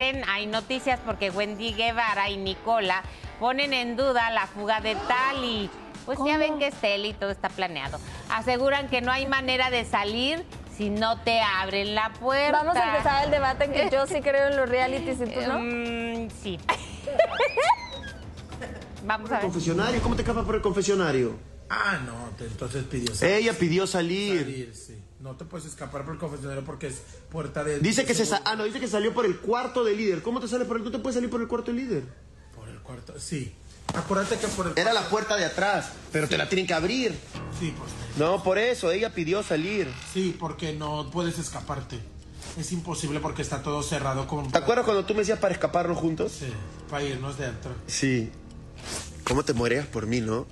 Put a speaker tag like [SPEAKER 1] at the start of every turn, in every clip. [SPEAKER 1] hay noticias porque Wendy Guevara y Nicola ponen en duda la fuga de Tali. Pues ya
[SPEAKER 2] ¿Cómo?
[SPEAKER 1] ven que es Teli, todo está planeado. Aseguran que no hay manera de salir si no te abren la puerta.
[SPEAKER 2] Vamos a empezar el debate en que yo sí creo en los realities y tú no.
[SPEAKER 1] Mm, sí. Vamos a ver.
[SPEAKER 3] Confesionario, ¿cómo te escapas por el confesionario?
[SPEAKER 4] Ah, no, te- entonces pidió salir.
[SPEAKER 3] Ella pidió salir.
[SPEAKER 4] sí. No te puedes escapar por el confesionario porque es puerta de.
[SPEAKER 3] Dice que se sa- ah, no, dice que salió por el cuarto de líder. ¿Cómo te sales por el tú te puedes salir por el cuarto de líder?
[SPEAKER 4] Por el cuarto, sí. Acuérdate que por el.
[SPEAKER 3] Era la puerta de atrás, pero te la tienen que abrir.
[SPEAKER 4] Sí, pues,
[SPEAKER 3] No, por eso, ella pidió salir.
[SPEAKER 4] sí, porque no puedes escaparte. Es imposible porque está todo cerrado como.
[SPEAKER 3] ¿Te acuerdas cuando tú me decías para escaparnos juntos?
[SPEAKER 4] Sí, para irnos de antro.
[SPEAKER 3] Sí. ¿Cómo te moreas por mí, no?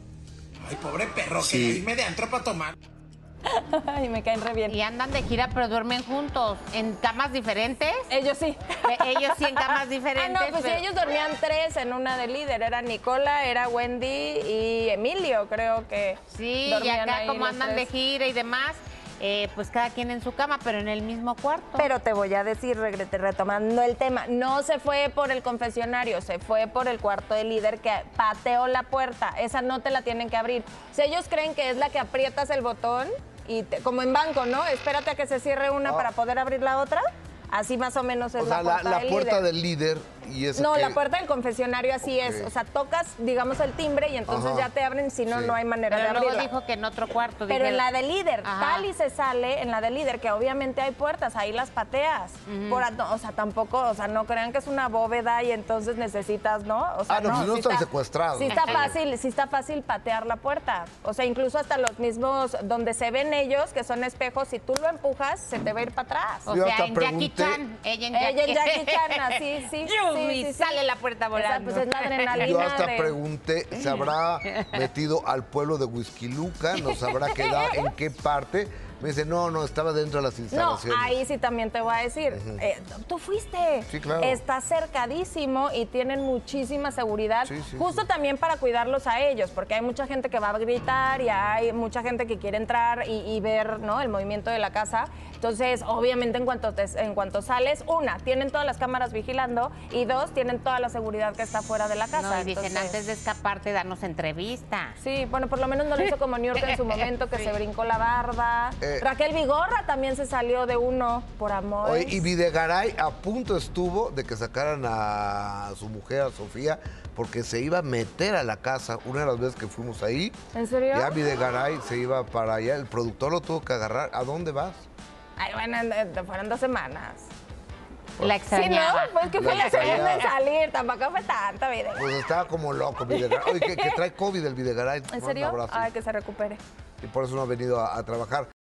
[SPEAKER 4] Ay, pobre perro,
[SPEAKER 3] Sí.
[SPEAKER 4] que irme de antro para tomar.
[SPEAKER 2] Ay, me caen re bien.
[SPEAKER 1] Y andan de gira, pero duermen juntos, en camas diferentes.
[SPEAKER 2] Ellos sí.
[SPEAKER 1] Eh, Ellos sí en camas
[SPEAKER 2] Ah,
[SPEAKER 1] diferentes.
[SPEAKER 2] no, pues sí,
[SPEAKER 1] pero-
[SPEAKER 2] ellos dormían tres en una de líder. Era Nicola, era Wendy y Emilio, creo que.
[SPEAKER 1] Sí, y
[SPEAKER 2] dormían
[SPEAKER 1] acá
[SPEAKER 2] ahí
[SPEAKER 1] como
[SPEAKER 2] los
[SPEAKER 1] andan de
[SPEAKER 2] tres.
[SPEAKER 1] gira y demás, eh, pues cada quien en su cama, pero en el mismo cuarto.
[SPEAKER 2] Pero te voy a decir, regrete, retomando el tema, no se fue por el confesionario, se fue por el cuarto de líder que pateó la puerta. Esa no te la tienen que abrir. Si ellos creen que es la que aprietas el botón, y te- como en banco, ¿no? Espérate a que se cierre una para poder abrir la otra. Así más o menos es
[SPEAKER 5] Ah. O sea,
[SPEAKER 2] la
[SPEAKER 5] la,
[SPEAKER 2] puerta,
[SPEAKER 5] la
[SPEAKER 2] del,
[SPEAKER 5] puerta
[SPEAKER 2] líder.
[SPEAKER 5] del líder y es
[SPEAKER 2] No,
[SPEAKER 5] que-
[SPEAKER 2] la puerta del confesionario así es.
[SPEAKER 5] Ok.
[SPEAKER 2] O sea, tocas, digamos, el timbre y entonces
[SPEAKER 5] Ajá.
[SPEAKER 2] ya te abren, si no,
[SPEAKER 5] Sí.
[SPEAKER 2] no hay manera
[SPEAKER 1] Pero
[SPEAKER 2] de
[SPEAKER 1] luego
[SPEAKER 2] abrirla.
[SPEAKER 1] dijo que en otro cuarto.
[SPEAKER 2] Pero
[SPEAKER 1] dije,
[SPEAKER 2] en la de líder,
[SPEAKER 1] Ajá.
[SPEAKER 2] tal y se sale en la de líder, que obviamente hay puertas, ahí las pateas. Por a- no, o sea, tampoco, o sea, no crean que es una bóveda y entonces necesitas, ¿no? O sea,
[SPEAKER 5] Ah, no, pues no
[SPEAKER 2] sí
[SPEAKER 5] están secuestrados.
[SPEAKER 2] Sí está
[SPEAKER 5] Sí.
[SPEAKER 2] fácil, sí está fácil patear la puerta. O sea, incluso hasta los mismos donde se ven ellos, que son espejos, si tú lo empujas, se te va a ir para atrás.
[SPEAKER 1] O
[SPEAKER 5] Yo
[SPEAKER 1] sea,
[SPEAKER 5] hasta
[SPEAKER 1] en Jackie
[SPEAKER 5] pregunté-
[SPEAKER 1] Chan. Ella en
[SPEAKER 2] Ella en Jackie
[SPEAKER 1] Jackie
[SPEAKER 2] Chan, así, sí, sí,
[SPEAKER 1] Yumi,
[SPEAKER 2] sí, sí.
[SPEAKER 1] sale la puerta
[SPEAKER 2] O sea,
[SPEAKER 1] volando.
[SPEAKER 2] pues es la adrenalina.
[SPEAKER 5] Yo hasta
[SPEAKER 2] de-
[SPEAKER 5] pregunté, ¿se habrá metido al pueblo de Huizquiluca? ¿Nos habrá quedado en qué parte? Me dice, no, no, estaba dentro de las
[SPEAKER 2] No,
[SPEAKER 5] instalaciones.
[SPEAKER 2] ahí sí también te voy a decir. eh, tú fuiste.
[SPEAKER 5] Sí, claro.
[SPEAKER 2] Está cercadísimo y tienen muchísima seguridad.
[SPEAKER 5] Sí, sí,
[SPEAKER 2] justo
[SPEAKER 5] sí.
[SPEAKER 2] también para cuidarlos a ellos, porque hay mucha gente que va a gritar y hay mucha gente que quiere entrar y, y ver ¿no? el movimiento de la casa. Entonces, obviamente, en cuanto, te- en cuanto sales, una, tienen todas las cámaras vigilando y dos, tienen toda la seguridad que está fuera de la casa.
[SPEAKER 1] No, y dicen,
[SPEAKER 2] Entonces-
[SPEAKER 1] antes de escaparte, danos entrevista.
[SPEAKER 2] Sí, bueno, por lo menos no lo hizo como New York en su momento, que se brincó la barda.
[SPEAKER 5] Eh.
[SPEAKER 2] Raquel Vigorra también se salió de uno por amor.
[SPEAKER 5] Oye, y Videgaray a punto estuvo de que sacaran a su mujer, a Sofía, porque se iba a meter a la casa. Una de las veces que fuimos ahí,
[SPEAKER 2] ¿En serio?
[SPEAKER 5] ya Videgaray se iba para allá. El productor lo tuvo que agarrar. ¿A dónde vas?
[SPEAKER 2] Ay, bueno, en- en- fueron dos semanas.
[SPEAKER 5] Pues,
[SPEAKER 1] La extrañaba.
[SPEAKER 2] Sí, ¿no? Pues que fue
[SPEAKER 5] La
[SPEAKER 2] la segunda en
[SPEAKER 5] extrañaba.
[SPEAKER 2] salir, tampoco fue tanto, Videgaray.
[SPEAKER 5] Pues estaba como loco Videgaray. Oye, que, que trae COVID el Videgaray.
[SPEAKER 2] ¿En
[SPEAKER 5] Manda
[SPEAKER 2] serio?
[SPEAKER 5] abrazos.
[SPEAKER 2] Ay, que se recupere.
[SPEAKER 5] Y por eso no ha venido a- a trabajar.